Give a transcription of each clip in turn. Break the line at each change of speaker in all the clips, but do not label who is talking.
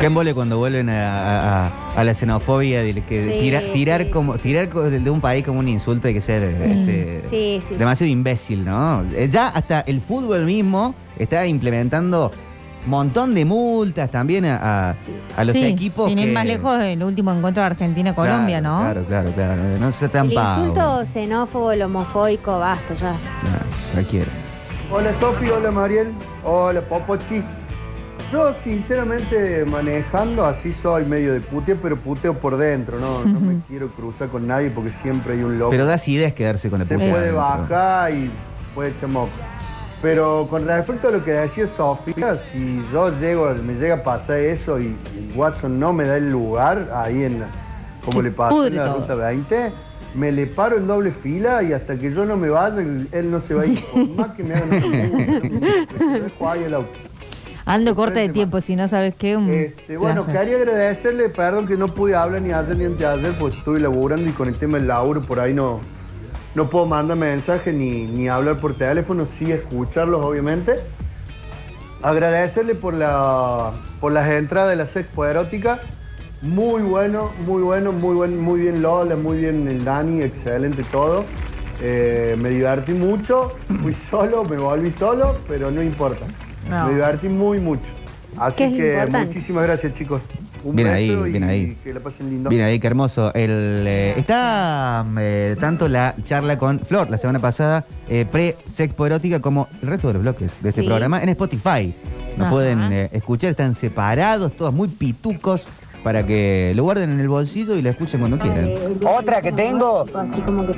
Qué embole cuando vuelven a, a- a- a la xenofobia, de que
Sí,
tira- tirar
sí,
como
sí, sí.
tirar co- de de un país como un insulto hay que ser este,
Sí, sí.
demasiado imbécil, ¿no? Eh, Ya hasta el fútbol mismo está implementando montón de multas también a, a-
Sí.
a los
Sí,
equipos.
Sin ir
que-
más lejos, el último encuentro de Argentina-Colombia,
Claro,
¿no?
Claro, claro, claro. No se tan
El
pavo.
insulto xenófobo, el homofóbico, basta ya.
Claro, cualquiera.
Hola Sofi, hola Mariel, hola Popochi. Yo sinceramente manejando así soy medio de puteo, pero puteo por dentro, no, no me quiero cruzar con nadie porque siempre hay un loco.
Pero da ideas quedarse con la
Se
puteada
puede
dentro.
bajar y puede echar moco. Pero con respecto a lo que decía Sofía, si yo llego, me llega a pasar eso y el Watson no me da el lugar ahí en la, como
Se
le pasó
pudre
en la
todo.
ruta 20, me le paro en doble fila y hasta que yo no me vaya, él él no se va a ir. Por más que me hagan una pregunta, me dejo ahí el auto.
Ando corta de tiempo, si no sabes qué. Un
Este, bueno,
placer.
quería agradecerle, perdón que no pude hablar ni ayer ni anteayer, pues estuve laburando y con el tema del laburo por ahí no, no puedo mandar mensaje ni, ni hablar por teléfono, sí escucharlos obviamente. Agradecerle por, la, por las entradas de la sexpo erótica. Muy bueno, muy bueno, muy buen, muy bien Lola, muy bien el Dani, excelente todo. Eh, me divertí mucho, fui solo, me volví solo, pero no importa.
No.
Me divertí muy mucho.
¿Qué es
Así
lo
que
importante?
muchísimas gracias chicos. Un
Bien
beso
ahí,
y
bien ahí.
que la pasen lindo.
Mira ahí, qué hermoso. El, eh, está eh, tanto la charla con Flor la semana pasada, eh, pre-sexpo erótica, como el resto de los bloques de este
Sí.
programa en Spotify. Nos
Ajá.
pueden eh, escuchar, están separados, todos muy pitucos, para que lo guarden en el bolsillo y lo escuchen cuando quieran.
Otra que tengo,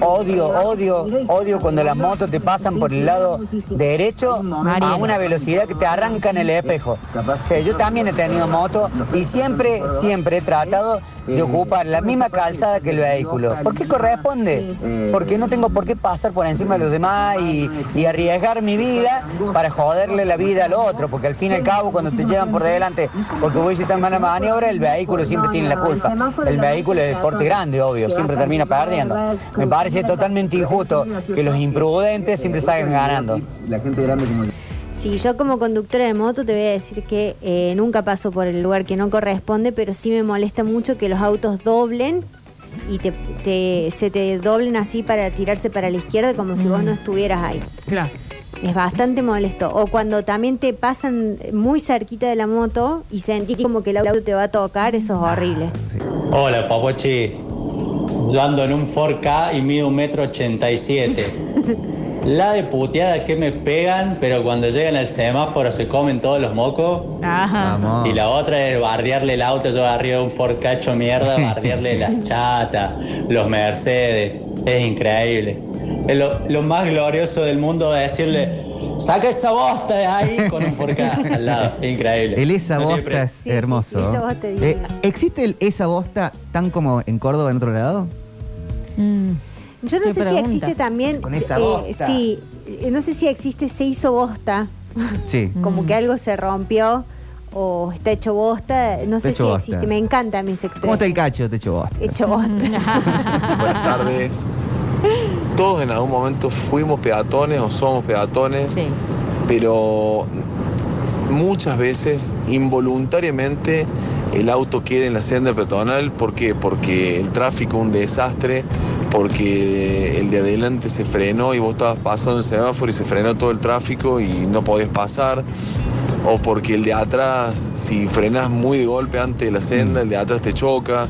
odio, odio, odio cuando las motos te pasan por el lado derecho
Mariela.
a una velocidad que te arrancan el espejo. O sea, yo también he tenido moto y siempre, siempre he tratado de ocupar la misma calzada que el vehículo. ¿Por qué corresponde? Porque no tengo por qué pasar por encima de los demás y, y arriesgar mi vida para joderle la vida al otro, porque al fin y al cabo cuando te llevan por delante, porque voy a tan mala maniobra, el vehículo siempre tiene la culpa. El vehículo es de corte grande, obvio, siempre termina perdiendo. Me parece totalmente injusto que los imprudentes siempre salgan ganando.
Sí, yo como conductora de moto te voy a decir que eh, nunca paso por el lugar que no corresponde, pero sí me molesta mucho que los autos doblen y te, te- se te doblen así para tirarse para la izquierda como si vos no estuvieras ahí.
Claro.
Es bastante molesto. O cuando también te pasan muy cerquita de la moto y sentís como que el auto te va a tocar, eso es horrible.
Hola, Papochi. Yo ando en un 4K y mido un metro 87. La de puteada que me pegan, pero cuando llegan al semáforo se comen todos los mocos.
Ajá.
Vamos.
Y la otra es bardearle el auto, yo arriba de un forcacho mierda, bardearle las chatas, los Mercedes. Es increíble. Es lo, lo más glorioso del mundo de decirle, saca esa bosta de ahí con un forca al lado. Es increíble.
El esa
No tiene
bosta es
precio.
sí,
hermoso. Eh,
sí, esa bosta, divino.
¿Existe el esa bosta tan como en Córdoba, en otro lado?
Mm.
Yo no
Qué
sé si
pregunta.
existe
Pues
también...
Con esa
eh,
bosta.
sí, eh, no sé si existe, se hizo bosta.
Sí.
como
Mm.
que algo se rompió o está hecho bosta, no sé si
hecho bosta.
existe, me encanta mis expresiones.
¿Cómo está el cacho? Te echo bosta.
Hecho bosta.
Buenas tardes. Todos en algún momento fuimos peatones o somos peatones,
Sí.
pero muchas veces involuntariamente el auto queda en la senda peatonal. ¿Por qué? Porque el tráfico es un desastre, porque el de adelante se frenó y vos estabas pasando el semáforo y se frenó todo el tráfico y no podés pasar. O porque el de atrás, si frenas muy de golpe antes de la senda, el de atrás te choca.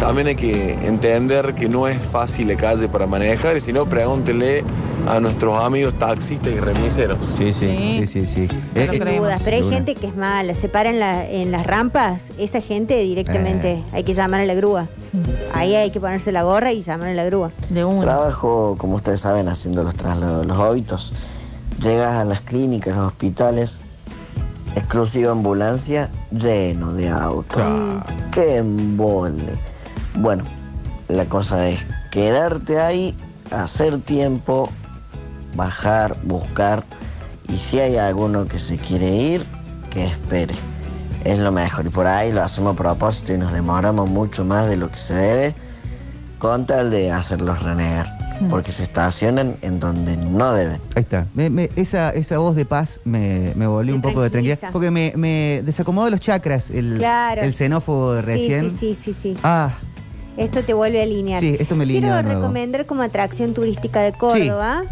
También hay que entender que no es fácil la calle para manejar, y si no, pregúntele a nuestros amigos taxistas y remiseros.
Sí, sí, sí, sí.
Sí.
sí.
No lo
Eh, eh,
creemos.
Dudas, pero hay
Seguro.
gente que es mala, se para en, la- en las rampas, esa gente directamente
Eh.
hay que llamar a la grúa.
Mm.
Ahí hay que ponerse la gorra y llamar a la grúa.
De una.
Trabajo, como ustedes saben, haciendo los traslados, los hábitos. Llegas a las clínicas, los hospitales, exclusiva ambulancia, lleno de autos. ¡Qué embole! Bueno, la cosa es quedarte ahí, hacer tiempo, bajar, buscar, y si hay alguno que se quiere ir, que espere. Es lo mejor. Y por ahí lo hacemos a propósito y nos demoramos mucho más de lo que se debe con tal de hacerlos renegar. porque se estacionan en donde no deben.
Ahí está. Me- me- esa, esa voz de paz me, me volvió
Te
un poco de
tranquiliza.
tranquilidad. Porque me, me desacomodó los chakras el,
Claro.
el xenófobo de recién.
Sí, sí, sí, sí, sí.
Ah,
Esto te vuelve a alinear.
Sí, esto me alinea
Quiero
de nuevo.
recomendar como atracción turística de Córdoba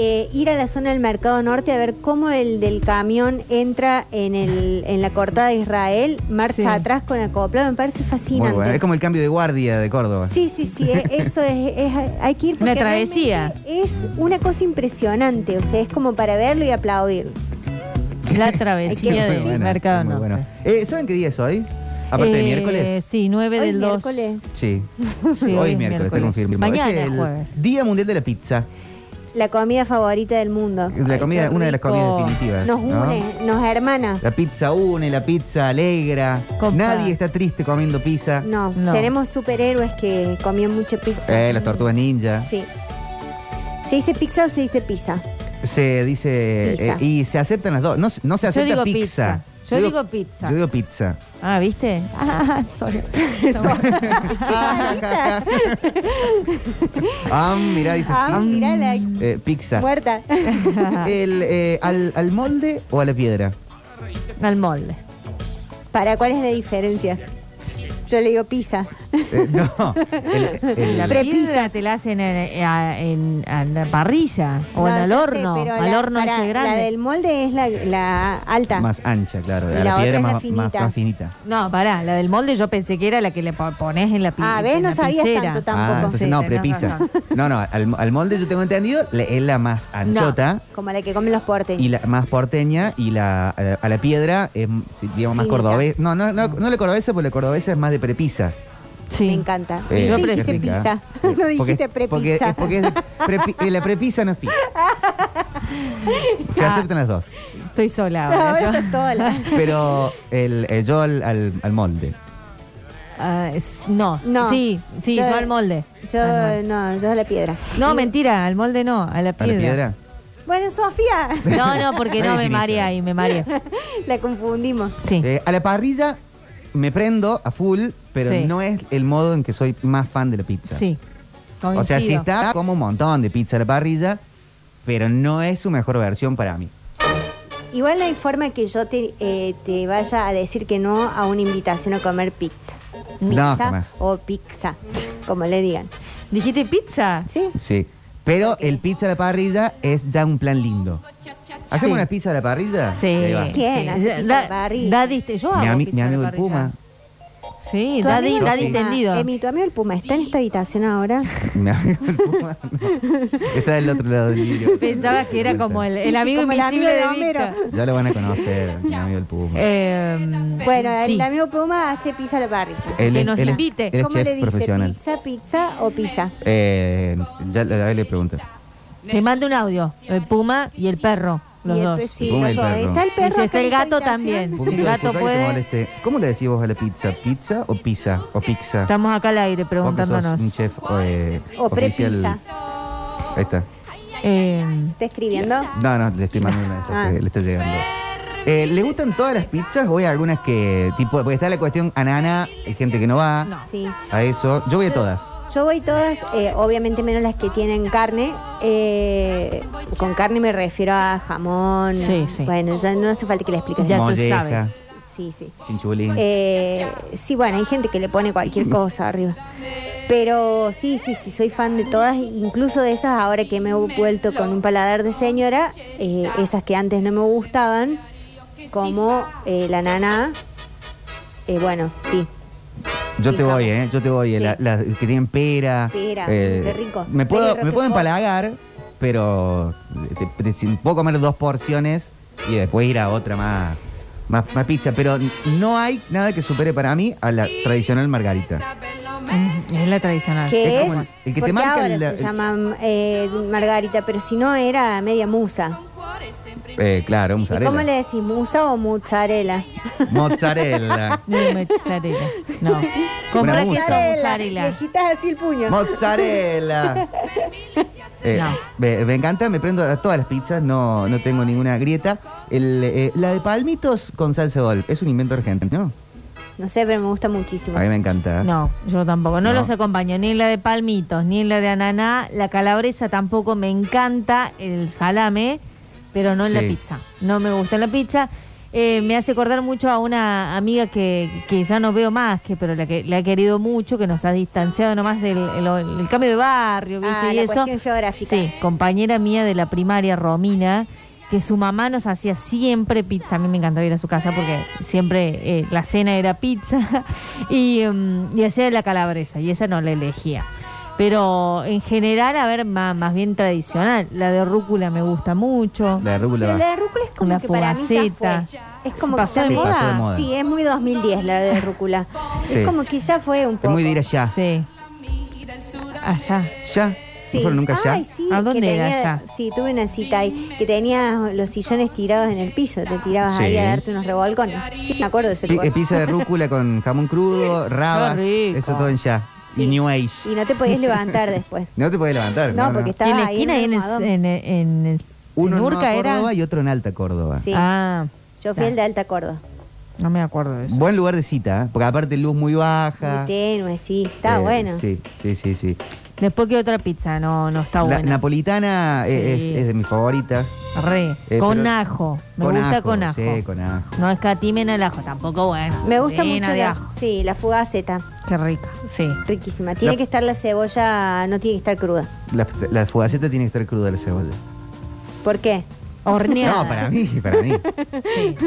eh, ir a la zona del Mercado Norte a ver cómo el del camión entra en, el, en la cortada de Israel, marcha
Sí.
atrás con acoplado. Me parece
muy
fascinante.
bueno. ¿eh? Es como el cambio de guardia de Córdoba.
Sí, sí, sí, e- eso es, es- hay que ir
Una
porque
travesía.
realmente Es una cosa impresionante, o sea, es como para verlo y aplaudirlo.
La
Muy
travesía del
bueno,
mercado
muy
norte.
bueno. Eh, ¿Saben qué día es hoy? Aparte de
Eh,
miércoles.
Sí, 9
Hoy
del 2.
miércoles.
Sí.
Sí,
hoy es miércoles, te confirmo.
Mañana
es el
jueves.
Día Mundial de la Pizza.
La comida favorita del mundo.
La comida,
qué
una de las
rico.
comidas definitivas.
Nos
¿no?
une, nos hermana.
La pizza une, la pizza alegra.
Compa.
Nadie está triste comiendo pizza.
No,
No.
tenemos superhéroes que comían mucha pizza.
Eh, las tortugas ninja.
Sí. ¿Se dice pizza o se dice pizza?
Se dice.
Pizza.
eh, y se aceptan las dos. No, se- no se
Yo
acepta
digo
pizza.
pizza. Yo digo pizza.
Yo digo pizza.
Ah, ¿viste? Ah, sorry.
ah, ja, ja, ja. Ah, mirá, dice.
Ah,
sí.
mirá la
Eh, pizza.
muerta.
El, eh, al, al molde o a la piedra?
Al molde.
¿Para cuál es la diferencia? Yo le digo pizza.
Eh, no. el- el-
La piedra te la hacen en, en- en- a la parrilla o
No,
en al
yo sé,
horno.
pero
al
la-
horno
pará,
ese grande.
La del molde es la, la alta.
más ancha, claro.
Y
La,
la otra
piedra
es la
más, más-
finita.
más finita.
No, pará, la del molde yo pensé que era la que le po- pones en la pizza.
Ah, ¿ves? No sabías tanto Tampoco.
Ah, entonces
Sí,
no,
tenés
prepizza.
razón.
No, no, al, al molde yo tengo entendido, le- es la más anchota.
Como la que comen los porteños.
Y la más porteña y la a la- a la piedra es, sí, digamos, más
Finita.
cordobesa. No, no, no, no la cordobesa, porque la cordobesa es más de prepizza.
Sí.
Me encanta.
Eh,
Y
yo
tú
qué
dijiste
rica.
pizza.
Eh,
No
porque-
dijiste
Porque, es
prepizza.
porque es de prepi- eh, la prepizza no es pizza. Se
Ah.
aceptan las dos.
Estoy sola ahora.
Ahora
yo.
estás sola.
Pero el, eh, yo al, al, al molde.
Ah, es- no.
No.
Sí, sí, yo,
Yo-
al molde.
Yo
Al molde.
no, yo a la piedra.
Ah, No, mentira, al molde no, a la
¿A la
piedra.
piedra?
Bueno, Sofía,
No, no, porque
No hay
no me
definición.
maría ahí, me maría.
la confundimos.
Sí.
Eh, a la parrilla me prendo a full, pero
Sí.
no es el modo en que soy más fan de la pizza.
Sí.
O sea, si
Coincido.
está como un montón de pizza a la parrilla, pero no es su mejor versión para mí.
Igual no hay forma que yo te, eh, te vaya a decir que no a una invitación a comer pizza.
No,
Pizza
jamás.
o pizza, como le digan.
¿Dijiste pizza?
¿Sí?
Sí. Pero el pizza a la parrilla es ya un plan lindo. ¿Hacemos
Sí.
una pizza a la parrilla?
Sí.
Y ahí va.
¿Quién
Sí.
hace pizza
Da-
de parrilla?
da diste- yo hago
Mi, ami-
pizza
mi
de
amigo el
parrilla.
Puma.
Sí,
¿Tu
da,
amigo
di-
el
da
Sofi.
distendido.
Emi, tu amigo el Puma, ¿está en esta habitación ahora?
Mi amigo el Puma. no. Está del otro lado del vidrio.
Pensaba que era como el, el
sí,
amigo
como el amigo
invisible
de
de
Homero.
Víctor.
Ya lo van a conocer, mi amigo el Puma.
Eh,
Bueno, el
sí.
amigo Puma hace pizza a la parrilla.
él
que
es,
nos
él es-
invite.
él es
¿Cómo
chef
le dice?
profesional.
¿Pizza, pizza o pizza?
Eh, ya le, ahí le pregunto.
Te mando un audio. El puma y el perro. Los
Y el-
dos.
pues, sí,
Puma y
los
el
dos.
perro.
Está el perro.
Y si está
acá en
el
esta
gato
habitación.
también.
Pumito,
El gato
disculpa que te
puede-
moleste. ¿Cómo le decís vos a la pizza? ¿Pizza o pizza? ¿O pizza?
Estamos acá al aire
Vos que sos
preguntándonos.
un chef eh,
O
oficial.
prepizza.
Ahí está.
Eh,
¿Está escribiendo?
No, no, le estoy mandando un mensaje,
Ah.
le está llegando. Eh, ¿Le gustan todas las pizzas o hay algunas que, tipo, porque está la cuestión anana, hay gente que no va
Sí.
a eso? Yo voy a todas.
Yo voy todas, eh, obviamente menos las que tienen carne. eh, con carne me refiero a jamón.
Sí, sí.
Bueno, ya no hace falta que le expliquen.
Ya tú
Molleja,
sabes.
Sí, sí.
chinchulín.
Eh, sí, bueno, hay gente que le pone cualquier cosa arriba. Pero sí, sí, sí, soy fan de todas, incluso de esas ahora que me he vuelto con un paladar de señora, eh, esas que antes no me gustaban, como eh, la nana. eh, bueno, sí,
yo te
fijamos.
voy, ¿eh? Yo te voy.
Sí.
la- Las que tienen pera. eh,
Pera, qué rico.
Me puedo,
Pera y
me puedo
roquefort.
empalagar, pero te- te- si puedo comer dos porciones y después ir a otra más, más, más pizza. Pero no hay nada que supere para mí a la tradicional margarita.
es la tradicional.
que
Ah, Es
es,
como el que te
porque
marca
ahora
el-
se
el-
llama eh, Margarita, pero si no era media musa.
Eh, claro,
¿Y cómo le
mozzarella.
decís, musa o mozzarella?
Mozzarella.
No, mozzarella. No. Compra queso
musa.
mozzarella.
Le agitas así el puño.
Mozzarella. Eh, me, me encanta, me prendo a todas las pizzas, no, no tengo ninguna grieta. El, eh, la de palmitos con salsa golf es un invento argentino.
No sé, pero me gusta muchísimo.
A mí me encanta.
No, yo tampoco. No,
No.
los acompaño, ni en la de palmitos, ni en la de ananá. La calabresa tampoco me encanta, el salame, pero no en la
Sí.
pizza. No me gusta la pizza. Eh, me hace acordar mucho a una amiga que, que ya no veo más, que pero la que la he querido mucho, que nos ha distanciado nomás del el, el cambio de barrio, ¿viste?
Ah,
y
la
eso.
cuestión geográfica.
Sí, compañera mía de la primaria, Romina, que su mamá nos hacía siempre pizza. A mí me encantaba ir a su casa porque siempre eh, la cena era pizza y, mm, y hacía de la calabresa y esa no la elegía. Pero en general, a ver, ma- más, bien tradicional. La de rúcula me gusta mucho.
La de rúcula va.
Pero la de rúcula es como
La
que para mí ya fue.
fugaceta.
Es como
¿Pasó de
que también-
moda? Sí, pasó de moda.
Sí, es muy 2010 la de rúcula.
Sí.
Es como que ya fue un
Es
poco.
muy de ir allá.
Sí. Allá.
Ya.
Sí.
Mejor nunca ya.
Ay, sí,
¿A
que
dónde era
tenía-
ya?
Sí, tuve una cita ahí que tenías los sillones tirados en el piso, te tirabas
Sí.
ahí a darte unos revolcones. Sí, me acuerdo de ese
Pi- eh,
lugar.
pizza de rúcula con jamón crudo, rabas,
Qué rico.
eso todo en ya. Y
Sí.
New Age.
Y no te podías levantar después.
No te puedes levantar.
No, porque
Y
estabas
en la
ahí en
esquina ahí en,
un
el-
almohadón.
en, el- en, el-
Uno
en
en
Urca
Nueva Córdoba
era.
y otro en Alta Córdoba.
Sí.
Ah,
Yo fui el de Alta Córdoba.
no me acuerdo de eso.
Buen lugar de cita, ¿eh? porque aparte luz muy baja.
Muy tenue, sí, está
Eh,
bueno.
Sí, sí, sí, sí.
Después que otra pizza, no, no está
la
buena.
napolitana eh,
Sí.
es, es de mis favoritas.
Re.
Eh,
con
pero-
ajo. Me gusta con ajo.
Sí, con ajo.
No escatimen el ajo, tampoco bueno.
Me gusta
Llena
mucho
de
la,
ajo.
sí, la fugaceta,
Qué rica, sí.
riquísima. Tiene
La-
que estar la cebolla, no tiene que estar cruda.
La, la fugaceta tiene que estar cruda la cebolla.
¿Por qué?
Horneada.
No, para mí, para mí.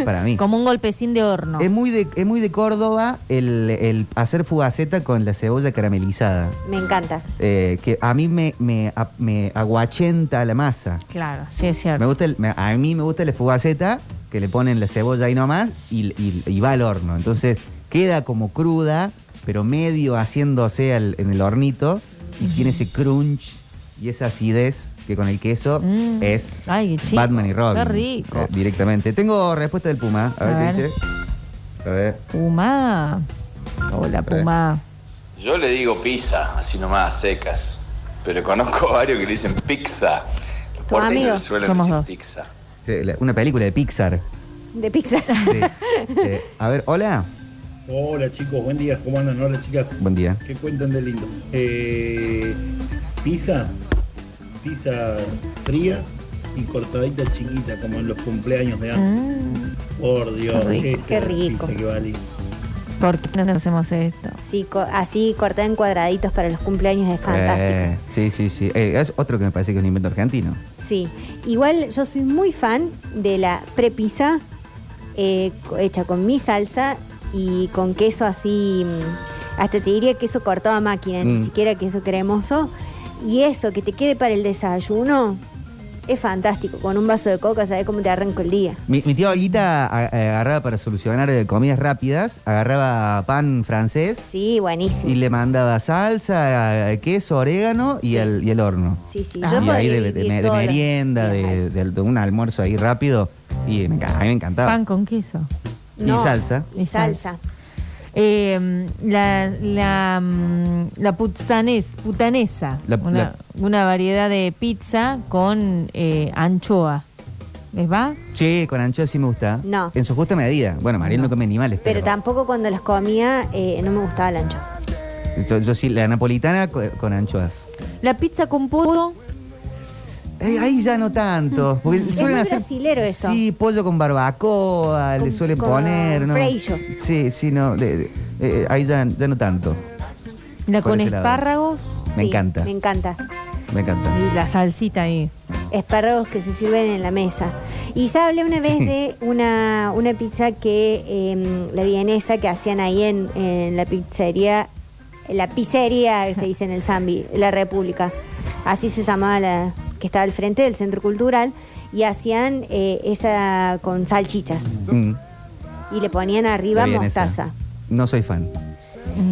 Para mí.
Como un golpecín de horno.
Es muy de, es muy de Córdoba el, el hacer fugaceta con la cebolla caramelizada.
Me encanta.
eh, que a mí me, me, a- me aguachenta la masa.
Claro, sí, es
Me
cierto.
gusta el- me- a mí me gusta la fugaceta, que le ponen la cebolla ahí nomás y, y- y va al horno. Entonces queda como cruda, pero medio haciéndose al- en el hornito y tiene ese crunch y esa acidez que con el queso
Mm.
es
Ay, qué chico,
Batman y Robin.
qué rico.
eh, directamente. Tengo respuesta del Puma. A ver
A
qué dice.
ver.
A ver.
Puma. Hola, Puma.
Yo le digo pizza, así nomás, a secas. Pero conozco varios que le dicen pizza. Los
Tus
porteños
amigos.
suelen
Somos
decir
dos.
pizza.
Eh, la- Una película de Pixar.
De pizza.
Sí. Eh, a ver, hola.
Hola chicos, buen día, ¿cómo andan? Hola chicas,
Buen día.
¿qué cuentan de lindo? Eh, pizza, pizza fría y cortadita chiquita, como en los cumpleaños de antes.
Mm,
Por Dios,
qué rico,
esa
qué
es la
rico.
pizza que vale.
¿Por qué no hacemos esto?
Sí, co- así cortada en cuadraditos para los cumpleaños es fantástico.
Eh, sí, sí, sí. Eh, es otro que me parece que es un invento argentino.
Sí. Igual yo soy muy fan de la prepizza eh, co- hecha con mi salsa y con queso así, mm, hasta te diría queso cortado a máquina,
Mm.
ni siquiera queso cremoso. Y eso, que te quede para el desayuno, es fantástico. Con un vaso de coca, ¿sabes cómo te arranco el día?
Mi, mi tía Olguita a- eh, agarraba para solucionar eh, comidas rápidas, agarraba pan francés
Sí,
y
buenísimo.
le mandaba salsa, eh, queso, orégano y,
Sí.
el, y el horno.
Sí, sí,
Ah.
yo
y ahí
podría
de, de-
vivir
de
todos los
merienda,
días a
de,
eso.
de- de un almuerzo ahí rápido. Y me enca- a mí me encantaba.
Pan con queso.
y salsa.
Y
Y
salsa.
salsa. Eh, la, la, mm, la putzanes- putanesa.
La-
una,
la-
una variedad de pizza con eh, anchoa. ¿Les va?
Che, con anchoa sí me gusta.
No.
En su justa medida. Bueno, Mariel no,
No.
come animales, pero,
Pero tampoco cuando las comía eh, no me gustaba el ancho.
yo, yo sí, la napolitana co- con anchoas.
La pizza con pollo.
Eh, ahí ya no tanto. Porque suelen
Mm. muy
hacer.
brasilero eso.
Sí, pollo con barbacoa, le
Con-
suelen
con
poner, ¿no?
frello.
Sí, sí, no. de- de- eh, ahí ya, ya no tanto.
La
Por
con
ese lado.
espárragos.
Me
Sí,
encanta.
Me encanta.
Me encanta.
Y la salsita ahí.
Espárragos que se sirven en la mesa. Y ya hablé una vez de una, una pizza que, eh, la vienesa que hacían ahí en, en la pizzería, la pizzería que se dice en el Zambi, la República. Así se llamaba la que estaba al frente del Centro Cultural. Y hacían eh, esa con salchichas.
Mm,
Y le ponían arriba
la vienesa.
mostaza.
No soy fan.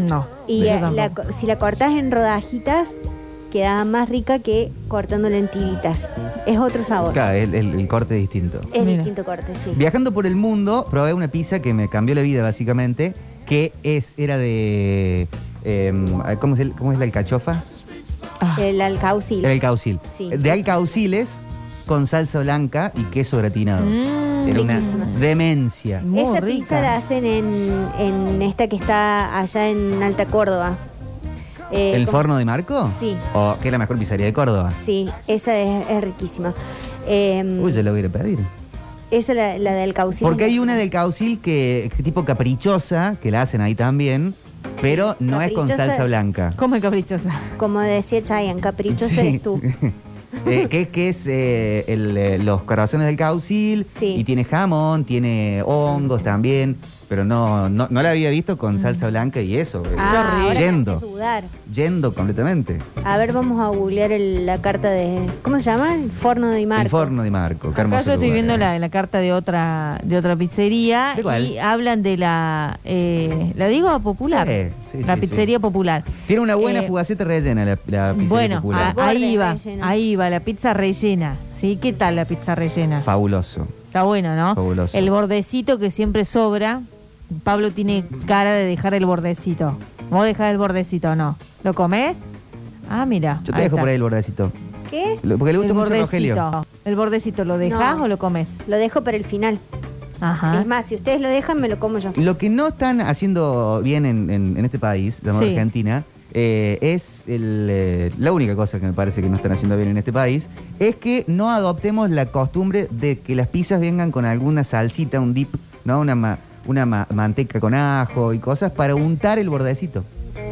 No.
Y
yo
eh, la
tampoco.
co- si la cortás en rodajitas, queda más rica que cortándola en tiritas. Es otro sabor.
Claro, el, el- el corte es distinto.
Es
Mira.
distinto corte, sí.
Viajando por el mundo, probé una pizza que me cambió la vida, básicamente, que es, era de. em, ¿cómo, es el- ¿Cómo es la alcachofa?
Ah.
El alcaucil.
Era el caucil.
Sí.
De alcauciles con salsa blanca y queso gratinado.
Mm.
Era una
Riquísima.
demencia.
Muy
Esa
rica.
pizza la hacen en, en esta que está allá en Alta Córdoba. Eh,
¿El
¿cómo-
forno de Marco?
Sí.
¿O que es la mejor pizzería de Córdoba?
Sí, esa es, es riquísima. Eh,
Uy, yo lo voy a ir a pedir.
esa es la, la del caucil.
Porque hay una del caucil que, que tipo caprichosa, que la hacen ahí también, pero no es con
Caprichosa.
salsa blanca.
¿Cómo es caprichosa?
Como decía Chayanne, caprichoso
Sí.
eres tú.
Eh, que, que es eh, el, eh, los corazones del caucil
Sí.
y tiene jamón, tiene hongos también, pero no, no, no la había visto con salsa blanca y eso, eh,
Mm. Ah, ahora me haces
yendo,
dudar.
yendo completamente.
A ver, vamos a googlear el- la carta de... ¿Cómo se llama? El forno de Marco.
El forno de Marco, qué
Acá
hermoso
yo estoy
lugar,
viendo
eh.
la, la carta de otra de otra pizzería
¿De cuál?
y hablan de la eh, la digo popular,
Sí, sí,
la
sí,
pizzería popular.
Tiene una buena
Eh,
fugaceta rellena la, la pizzería
Bueno,
popular.
a- ahí
Bordes
va,
rellenos.
ahí va la pizza rellena. ¿Sí? ¿Qué tal la pizza rellena?
Fabuloso.
Está bueno, ¿no?
Fabuloso.
El bordecito que siempre sobra. Pablo tiene cara de dejar el bordecito. ¿Vos dejás el bordecito o no? ¿Lo comés? Ah, mira.
Yo te dejo por ahí el bordecito.
¿Qué?
Lo- Porque le gusta
el
mucho a
bordecito.
Rogelio.
¿El bordecito lo dejás
No.
o lo comes?
Lo dejo para el final.
Ajá.
Es más, si ustedes lo dejan, me lo como yo.
Lo que no están haciendo bien en, en- en este país, llamado
Sí.
Argentina, eh, es el, eh, la única cosa que me parece que no están haciendo bien en este país, es que no adoptemos la costumbre de que las pizzas vengan con alguna salsita, un dip, ¿no? Una, ma- una ma- manteca con ajo y cosas para untar el bordecito.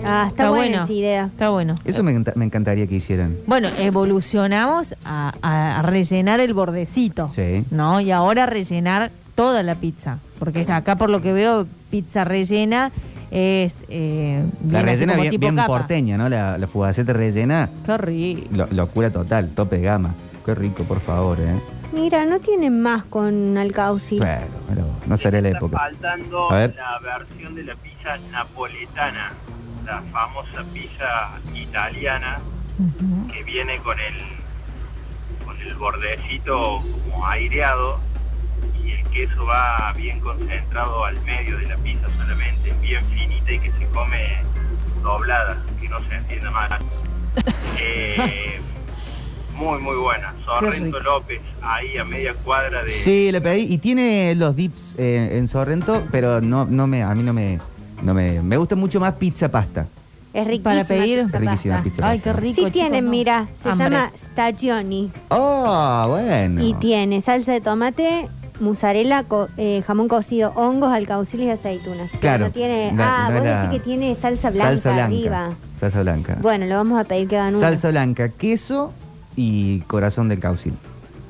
Ah, está,
Está
buena
bueno.
esa idea.
Está bueno.
Eso me, encanta- me encantaría que hicieran.
Bueno, evolucionamos a, a- a rellenar el bordecito,
Sí.
¿no? Y ahora rellenar toda la pizza, porque acá por lo que veo pizza rellena es eh,
La
bien así
rellena
como
bien,
tipo
bien
capa.
porteña, ¿no? La, la fugaceta rellena,
Qué rico.
lo- locura total, tope de gama. Qué rico, por favor, ¿eh?
Mira, no tienen más con alcaucil.
Bueno, pero no será la
Está
época.
faltando
A ver.
la versión de la pizza napoletana, la famosa pizza italiana
Ujú.
que viene con el con el bordecito como aireado y el queso va bien concentrado al medio de la pizza solamente, bien finita y que se come doblada, que no se entienda mal. Eh, muy muy buena. Sorrento López, ahí a media cuadra de
Sí, le pedí. Y tiene los dips eh, en Sorrento, pero no, no me, a mí no me, no me. Me gusta mucho más pizza pasta.
Es riquísima.
Para pedir.
esa
Riquísima
pasta.
pizza.
Ay, qué rico.
Sí
chicos,
tienen,
no.
mira, se
Hambre.
llama stagioni
Oh, bueno.
y tiene salsa de tomate, mozzarella, co- eh, jamón cocido, hongos, alcaucil y aceitunas. Pero
Claro.
No tiene,
No,
ah,
no
vos
la-
decís que tiene salsa blanca,
salsa blanca.
arriba.
Salsa blanca.
Bueno, lo vamos a pedir que hagan una.
salsa blanca, queso y corazón del caucil.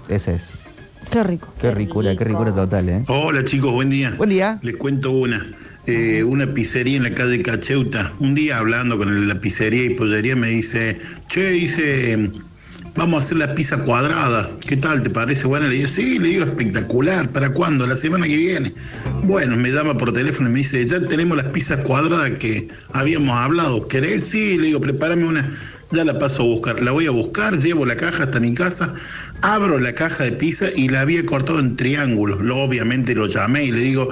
Ese es.
Qué rico.
Qué,
Qué
ricura, qué
rico.
ricura total, ¿eh?
Hola chicos, buen día.
Buen día.
Les cuento una. Eh, una pizzería en la calle Cacheuta. Un día hablando con el de la pizzería y pollería me dice, che, dice, vamos a hacer la pizza cuadrada. ¿Qué tal? ¿Te parece buena? Le digo, sí, le digo, espectacular. ¿Para cuándo? La semana que viene. Bueno, me llama por teléfono y me dice, ya tenemos las pizzas cuadradas que habíamos hablado. ¿Querés? Sí, le digo, prepárame una. Ya la paso a buscar. La voy
Eh,
a buscar, llevo la caja hasta mi casa, abro la caja de pizza y la había cortado en triángulos. Lo, obviamente lo llamé y le digo,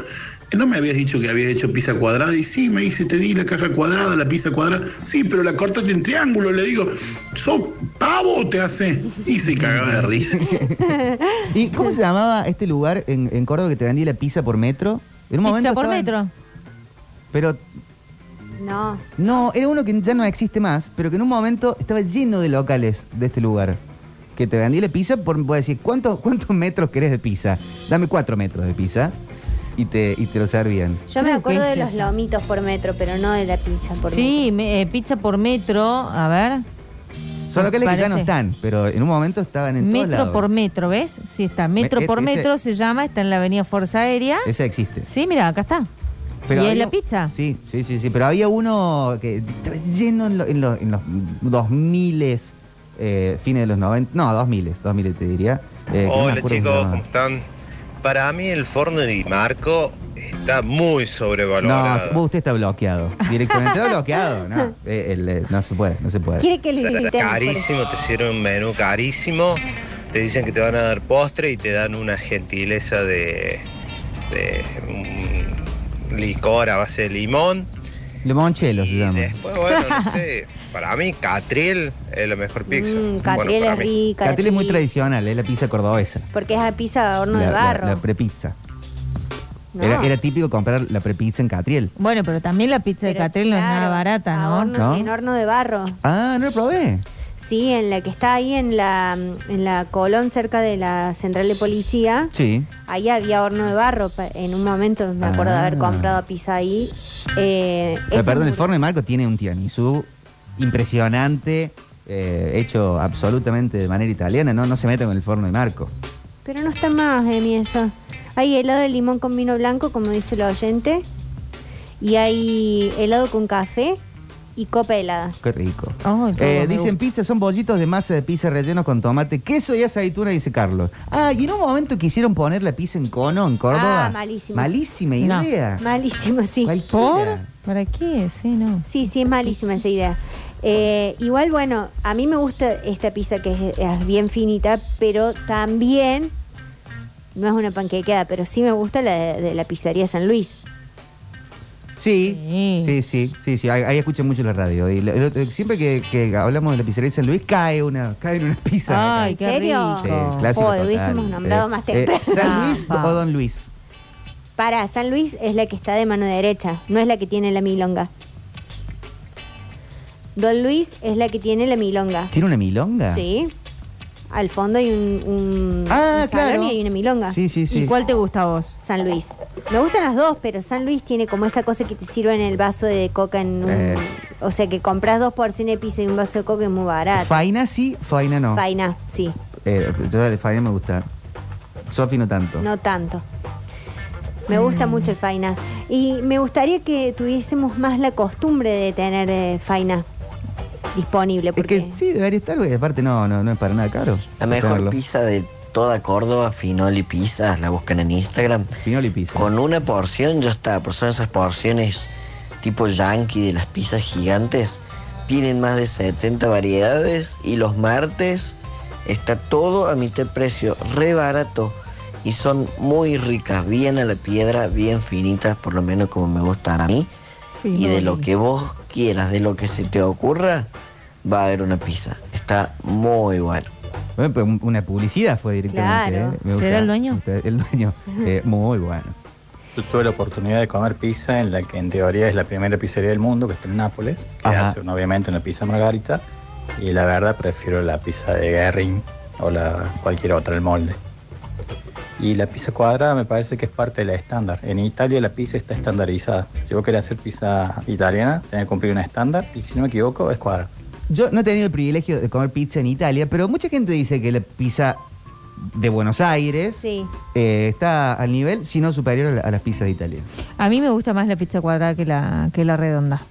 "Eh, ¿no me habías dicho que había hecho pizza cuadrada? Y sí, me dice, te di la caja cuadrada, la pizza cuadrada. Sí, pero la cortaste en triángulo. Le digo, ¿sos pavo o te hace? Y se cagaba de risa.
¿Y cómo se llamaba este lugar en, en Córdoba que te vendía la pizza por metro? En un momento
Pizza por
estaban-
metro.
Pero
No,
No, era uno que ya no existe más, pero que en un momento estaba lleno de locales de este lugar. Que te vendía la pizza por voy a decir, ¿cuántos, ¿cuántos metros querés de pizza? Dame cuatro metros de pizza y te, y te lo servían.
yo me
Creo que
acuerdo de
hice
los
eso.
lomitos por metro, pero no de la pizza por
Sí, me- eh, pizza por metro, a ver.
Son locales que ya no
Parece.
están, pero en un momento estaban en todos
metro
lados.
por metro, ¿ves? Sí, está. Metro
Me- e,
por
ese- E-
metro se llama, está en la avenida Fuerza Aérea.
Esa existe.
Sí, mira, acá está. ¿Y es
había-
la pizza?
Sí, sí, sí, sí. Pero había uno que estaba lleno en, lo- en lo- en los 2000, eh, fines de los 90, no, 2000, 2000 te diría. eh, que no me
Hola chicos,
acuerdo cómo se
¿cómo
llamaba.
están? Para mí el forno de Marco está muy sobrevalorado.
No, vos usted está bloqueado. Directamente está bloqueado. No, Eh, el, eh, no se puede, no se
metro.
puede.
¿Quiere que
O
lo
sea,
invitemos?
carísimo, te sirven un menú carísimo, te dicen que te van a dar postre y te dan una gentileza de, de un licor a base de limón
Limonchelo se llama.
Después, bueno, no sé. Para mí, Catriel es la mejor pizza.
Mm,
Bueno,
Catriel
para
es
mí.
rica. la
Catel es muy
chica,
tradicional, es la pizza cordobesa.
Porque es a pizza a horno
la,
de
la-
barro.
la prepizza.
No.
Era, era típico comprar la prepizza en Catriel.
Bueno, pero también la pizza de
Pero
Catril no es nada
claro,
barata,
a
¿no?
horno-
¿No?
En horno de barro.
Ah, no lo probé.
Sí, en la que está ahí en la, en la Colón, cerca de la central de policía.
Sí.
Ahí había horno de barro. pa- En un momento me acuerdo de haber
Ah.
comprado pizza ahí. Eh,
Pero
ese
perdón, el
mur-
forno de Marco tiene un tiramisú impresionante, eh, hecho absolutamente de manera italiana. No, no se mete con el forno de Marco.
Pero no está más, Emi, eso. Hay helado de limón con vino blanco, como dice el oyente. Y hay helado con café y copa helada.
Qué rico.
Ay, cómo
Eh,
me
dicen pizza, son bollitos de masa de pizza relleno con tomate, queso y aceituna, dice Carlos. Ah, y en un momento quisieron poner la pizza en cono, en Córdoba.
Ah, malísimo.
Malísima
No.
idea.
Malísimo, sí.
¿Por?
Cualquiera.
¿Para qué? Sí, no.
Sí, sí, es malísima esa idea. Eh, igual, bueno, a mí me gusta esta pizza que es, es bien finita, pero también no es una panquequeada, pero sí me gusta la de, de la pizzería San Luis.
Sí, sí,
Sí.
sí, sí, sí. Ahí, ahí escuchan mucho la radio. Y lo- lo- siempre que, que hablamos de la pizzería de San Luis, cae una, cae una pizza.
Ay,
¿En
qué
serio?
Sí,
rico.
clásico total.
Joder,
Eh,
hubiésemos nombrado más temprano.
¿San Luis
Ah,
o Don Luis?
Para, San Luis es la que está de mano derecha, no es la que tiene la milonga. Don Luis es la que tiene la milonga.
¿Tiene una milonga?
Sí. Al fondo hay un, un,
Ah,
un salón
claro.
y hay una milonga.
Sí, sí, sí.
¿Y cuál te gusta a vos?
San Luis. Me gustan las dos, pero San Luis tiene como esa cosa que te sirve en el vaso de coca. En un-
Eh.
O sea, que compras dos porciones de pizza y un vaso de coca es muy barato.
Faina sí, Faina no.
Faina, sí,
Eh, yo la de Faina me gusta. Sofi no tanto. Mm.
no tanto. Me gusta mucho el faina. Y me gustaría que tuviésemos más la costumbre de tener eh, faina disponible.
es
Porque
que sí, debería estar, porque aparte no, no, no es para nada caro.
La mejor
Tenerlo.
pizza de toda Córdoba, Finoli Pizzas, la buscan en Instagram.
Pinoli pizza.
Con una porción ya está, pero son esas porciones tipo yankee de las pizzas gigantes. Tienen más de 70 variedades y los martes está todo a mitad de precio, re barato. Y son muy ricas, bien a la piedra, bien finitas, por lo menos como me gustan a mí. Y de lo que vos quieras, de lo que se te ocurra, va a haber una pizza. Está muy bueno.
Bueno, pues, un- una publicidad fue directamente.
Claro.
¿eh? Me gusta.
¿Será el dueño?
El dueño. Eh, muy bueno.
Yo tuve la oportunidad de comer pizza en la que en teoría es la primera pizzería del mundo, que está en Nápoles, que
Ajá.
hace obviamente una pizza margarita, y la verdad prefiero la pizza de Guerrín o la cualquier otra, el molde. Y la pizza cuadrada me parece que es parte de la estándar. En Italia la pizza está estandarizada. Si vos querés hacer pizza italiana, tenés que cumplir un estándar, y si no me equivoco, es cuadrada.
Yo no he tenido el privilegio de comer pizza en Italia, pero mucha gente dice que la pizza de Buenos Aires
sí,
eh, está al nivel, si no superior a, la- a las pizzas de Italia.
A mí me gusta más la pizza cuadrada que la, que la redonda.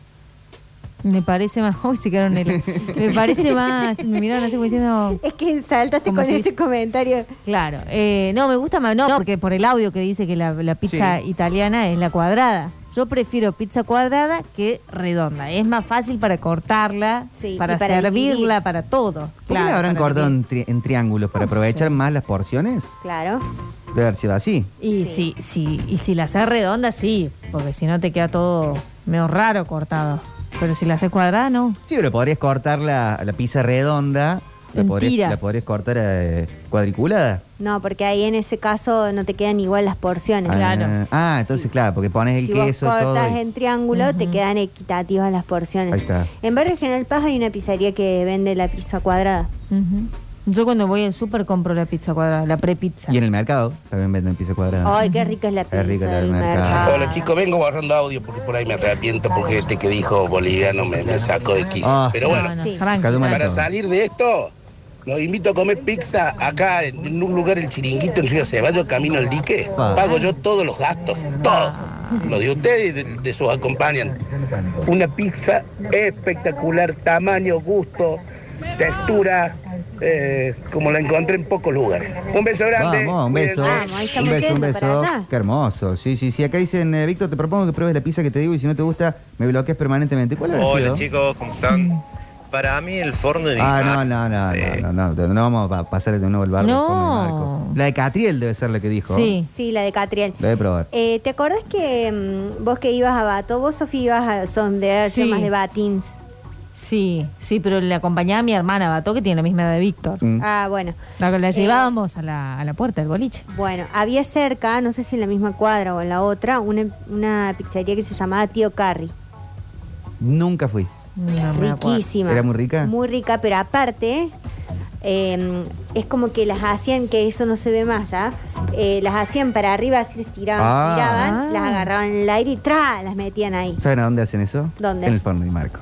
Me parece más. Uy, se quedaron helados. Me parece más. Me miraron así como diciendo.
es que saltaste
¿Cómo
con
se
ese
dice?
comentario.
Claro. eh, no, me gusta más. No, porque por el audio que dice que la, la pizza
Sí.
italiana es la cuadrada. Yo prefiero pizza cuadrada que redonda. Es más fácil para cortarla,
Sí,
para,
y para
servirla,
dividir.
para todo.
¿Por qué
Claro,
la habrán
para
cortado
dividir.
en, tri- en triángulos para
No
aprovechar
sé.
más las porciones?
Claro.
Debe haber sido así.
Y
Sí.
sí. sí, y si la haces redonda, sí, porque si no te queda todo medio raro cortado. Pero si la haces cuadrada, no.
Sí, pero podrías cortar la, la pizza redonda. La
En
podrías,
tiras.
la podrías cortar eh, cuadriculada.
No, porque ahí en ese caso no te quedan igual las porciones.
Claro.
Ah, ah, entonces, claro, porque pones el
si
queso,
vos
todo.
cortas
y-
en triángulo, te quedan equitativas las porciones.
Ahí está.
En Barrio General Paz hay una pizzería que vende la pizza cuadrada.
Ujú. Yo cuando voy al súper compro la pizza cuadrada, la prepizza.
Y en el mercado también venden pizza cuadrada.
Ay, qué rica es la
Ah. Qué
pizza
rica la del
del
mercado.
mercado.
Ah. Hola chicos, vengo borrando audio porque por ahí me arrepiento porque este que dijo boliviano me, me sacó de quicio.
Ah,
Pero
sí.
bueno,
Sí.
Frank,
Cada una-
para salir de esto, los invito a comer pizza acá en un lugar, el chiringuito en Río Ceballos, camino al dique.
Ah.
Pago yo todos los gastos, todos. Los de ustedes y de, de sus acompañantes. Una pizza espectacular, tamaño, gusto, textura, eh, como la encontré en pocos lugares. Un beso grande.
Vamos, un beso.
Vamos, ahí estamos
un beso, un
yendo
beso.
para allá.
Qué hermoso. Sí, sí, sí. Acá dicen, eh, Víctor, te propongo que pruebes la pizza que te digo y si no te gusta, me bloqueas permanentemente. ¿Cuál habrá
Hola
sido?
chicos, ¿cómo están? para mí el forno de
Ah, no,
Dijar,
no, no,
eh,
no, no, no, no vamos a pasar de nuevo el barco.
No.
La de Catriel debe ser la que dijo.
Sí, la de Catriel.
La de probar.
Eh, ¿Te acordás que mm, vos que ibas a Bato, vos Sofía ibas a son de
Sí.
más de Batins?
Sí, sí, pero le acompañaba a mi hermana Bato, que tiene la misma edad de Víctor.
Mm.
Ah, bueno.
La, la
Eh,
llevábamos a, la, a la puerta del boliche.
Bueno, había cerca, no sé si en la misma cuadra o en la otra, una, una pizzería que se llamaba Tío Carri.
Nunca fui.
Riquísima.
¿Era muy rica?
Muy rica, pero aparte, eh, es como que las hacían, que eso no se ve más ya, eh, las hacían para arriba, así les tiraban,
Ah.
tiraban,
Ah.
las agarraban en el aire y tra, las metían ahí.
¿Saben a dónde hacen eso?
¿Dónde?
En el forno de Marco.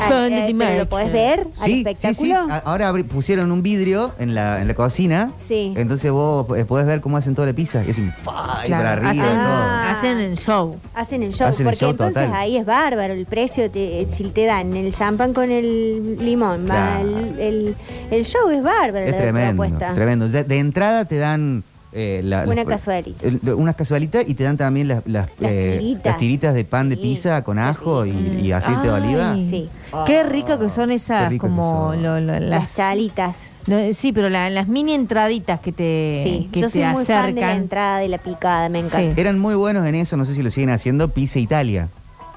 Al- eh, pero ¿Lo podés ver al
Sí, Ah, sí, sí.
espectáculo?
A- Ahora abri- pusieron un vidrio en la, en la cocina.
Sí.
Entonces vos eh, podés ver cómo hacen toda la pizza. Y hacen ¡fa! y para arriba y
hacen,
todo.
Ah,
hacen el show.
Hacen el show,
Hacen el
porque
show
entonces
total.
ahí es bárbaro el precio. Te, si te dan el champán con el limón, va,
Claro.
el, el- el show es bárbaro.
Es
la
tremendo,
propuesta.
tremendo. Ya De entrada te dan... eh, la-
Una
la-
cazuelita.
el- unas casualitas y te dan también las, las,
Las
eh,
tiritas.
las tiritas de pan de pizza con ajo y, y aceite de oliva.
Ay, Qué rico que son
Qué
esas,
rico que
como
son.
lo- lo- las,
Las chalitas.
no, sí, pero la- las mini entraditas que te,
Sí,
que
yo
te
soy muy fan de la
acercan.
entrada y la picada, me encanta.
Eran muy buenos en eso, no sé si lo siguen haciendo, Pizza Italia.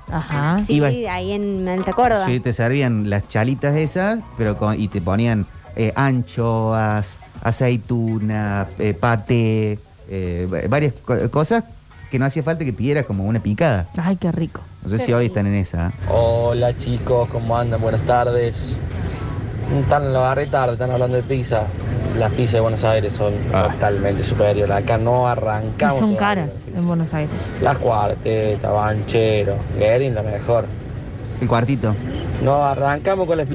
Ajá.
Sí,
Iba-
ahí en Alta Córdoba.
Sí, te servían las chalitas esas, pero con, y te ponían eh, anchoas, aceituna, eh, paté, eh, va- varias co- cosas que no hacía falta que pidieras como una picada.
Ay, qué rico.
No sé si hoy están en esa. ¿eh?
Hola chicos, ¿cómo andan? Buenas tardes. Están, lo agarré tarde, están hablando de pizza. Las pizzas de Buenos Aires son
Ah.
totalmente superiores. Acá no
Y
arrancamos.
son
todavía.
caras en Buenos Aires.
La cuarteta, banchero, Guerin la mejor.
El cuartito.
No arrancamos con las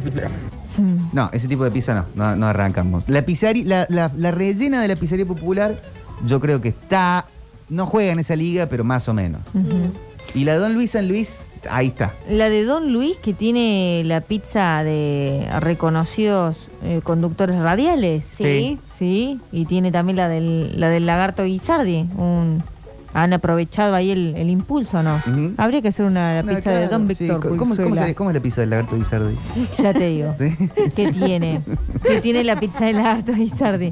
No, ese tipo de pizza no, no, no arrancamos. La, pizzari- la, la- la rellena de la pizzería popular, yo creo que está. No juega en esa liga, pero más o menos. Y la Don Luis San Luis, ahí está.
La de Don Luis, que tiene la pizza de reconocidos eh, conductores radiales.
Sí.
Sí, y tiene también la del, la del lagarto Guisardi. Un, han aprovechado ahí el, el impulso, ¿no?
Ujú.
Habría que hacer una la
No,
pizza de
claro,
Don
sí.
Víctor
¿Cómo- ¿Cómo,
Pulzuela.
se- cómo es la pizza del lagarto Guisardi?
Ya te digo.
¿Sí?
¿Qué tiene? ¿Qué tiene la pizza de lagarto Guisardi?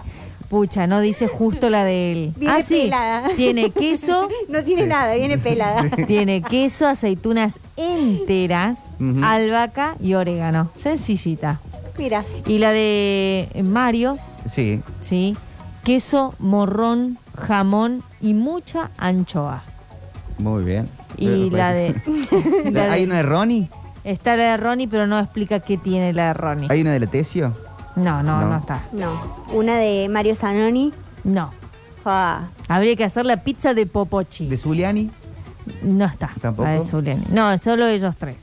Pucha, no dice justo la de él.
Viene
ah, sí.
pelada.
Tiene queso.
No tiene nada, viene pelada.
Tiene queso, aceitunas enteras,
Ujú.
albahaca y orégano. Sencillita.
Mira,
Y la de Mario,
Sí.
¿sí? Queso, morrón, jamón y mucha anchoa.
Muy bien.
Y
Pero
la de,
parece- La-
la
¿Hay
de-
una de Ronnie?
Está la de Ronnie, pero no explica qué tiene la de Ronnie.
¿Hay una de Letesio?
No, no,
No.
no, está.
no. Una de Mario Zanoni. Ah.
No. Habría que hacer la pizza de Popochi. ¿De
Zuliani?
No está.
¿Tampoco?
La de Zuliani. No, solo ellos tres.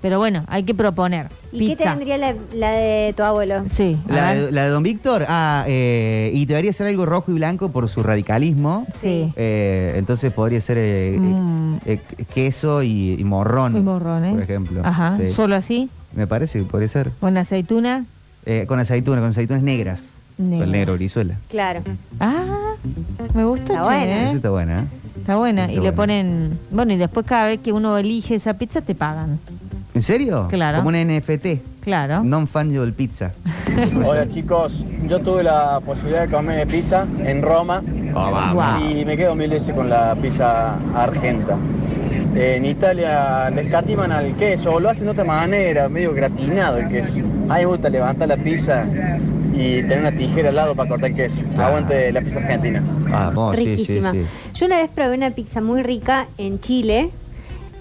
Pero bueno, hay que proponer.
¿Y qué
pizza.
tendría la, la de tu abuelo?
Sí.
La, de- la de Don Víctor. Ah, eh, y debería ser algo rojo y blanco por su radicalismo.
Sí.
Eh, entonces podría ser eh, eh,
Mm.
eh, qu- queso y, y morrón.
Y morrones.
Por ejemplo.
Ajá.
Sí.
Solo así,
Me parece que podría ser.
con aceituna.
Eh, con aceitunas, con aceitunas negras. Con
Negras.
el negro grisuela.
Claro.
Mm.
Ah, me gusta.
Está
che,
buena.
¿eh?
Esa está buena, ¿eh?
Está buena.
Está
y le
buena.
ponen. Bueno, y después cada vez que uno elige esa pizza te pagan.
¿En serio?
Claro.
Como una NFT.
Claro.
Non-fungible pizza.
Hola chicos, yo tuve la posibilidad de comer pizza en Roma y me quedo mil veces con la pizza argenta. En Italia le escatiman al queso o lo hacen de otra manera, medio gratinado el queso. A mí me gusta levantar la pizza y tener una tijera al lado para cortar el queso. Aguante la pizza argentina.
Vamos, Oh, sí, sí,
Riquísima.
sí.
Yo una vez probé una pizza muy rica en Chile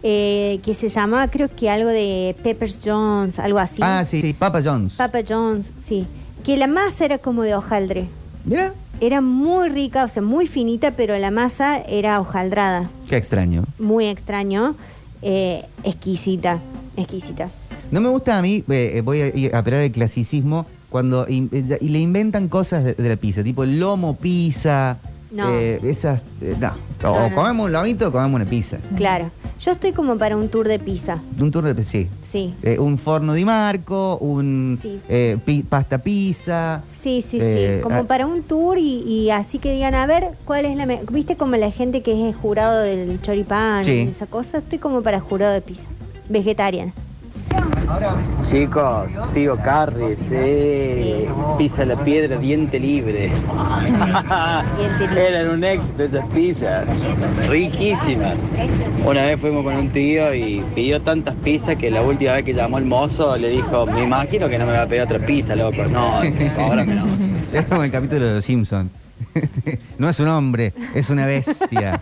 eh, que se llamaba, creo que algo de Peppers Jones, algo así.
Ah, sí, sí. Papa John's.
Papa John's, sí. Que la masa era como de hojaldre.
Mira.
Era muy rica, o sea, muy finita, pero la masa era hojaldrada.
Qué extraño.
Muy extraño. eh, exquisita, exquisita.
No me gusta a mí, eh, eh, voy a ir a apelar el clasicismo, cuando in- eh, ya- y le inventan cosas de, de la pizza, tipo el lomo pizza,
No.
eh, esas... eh, no, o
No, no.
comemos un lomito o comemos una pizza.
Claro. Yo estoy como para un tour de pizza,
Un turno de pizza, sí.
sí.
Eh, un forno di marco, un
Sí.
eh, pi- pasta pizza.
Sí, sí,
Eh,
sí. Como
ah.
para un tour y, y así que digan, a ver, ¿cuál es la... me- ¿Viste como la gente que es jurado del choripán
Sí.
y esa cosa? Estoy como para jurado de pizza. Vegetariana.
Chicos, tío Carri, sí. Pisa la piedra, diente libre. Eran un ex de esas pizzas. Riquísimas. Una vez fuimos con un tío y pidió tantas pizzas que la última vez que llamó el mozo le dijo, me imagino que no me va a pedir otra pizza, loco. No, sí, cóbrame, no.
Es como el capítulo de Los Simpsons. No es un hombre, es una bestia.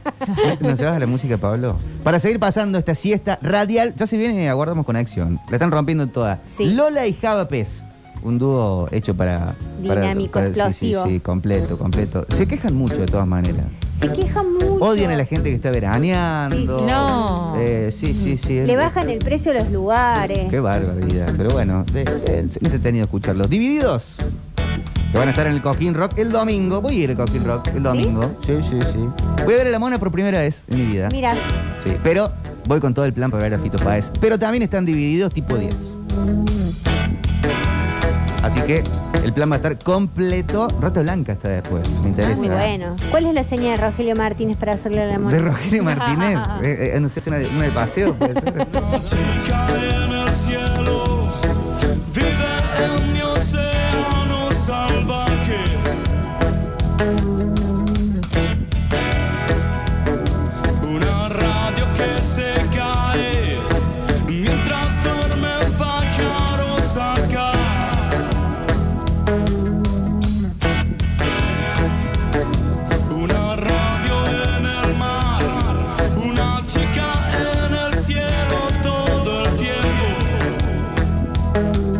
¿No se baja la música, Pablo? Para seguir pasando esta siesta radial, ya se viene, aguardamos con acción. La están rompiendo toda.
Sí.
Lola y Java Pez, un dúo hecho para. para-
Dinámico,
para- sí,
explosivo.
Sí, sí, completo, completo. Se quejan mucho de todas maneras.
Se queja mucho.
Odian a la gente que está veraneando.
Sí, sí. No.
Eh, sí, sí, sí.
Le bajan el precio a los lugares.
Qué barbaridad. Pero bueno, de- de- es entretenido escucharlos. Divididos. Que van a estar en el Coquín Rock el domingo. Voy a ir al Coquín Rock el domingo. ¿Sí? sí, sí, Voy a ver a la mona por primera vez en mi vida.
Mira,
Sí, pero voy con todo el plan para ver a Fito Páez. Pero también están divididos
Mm.
tipo 10. Así que el plan va a estar completo. Rata Blanca está después. Me interesa.
Ah, muy bueno. ¿Cuál es la señal de Rogelio Martínez para hacerle a la mona?
De Rogelio Martínez. Eh, eh, no sé, es una de, una de paseo. puede ser.
Chica en el cielo, vive en mi océano salvaje. Una radio que se cae mientras duermen pájaros acá. Una radio en el mar, una chica en el cielo todo el tiempo.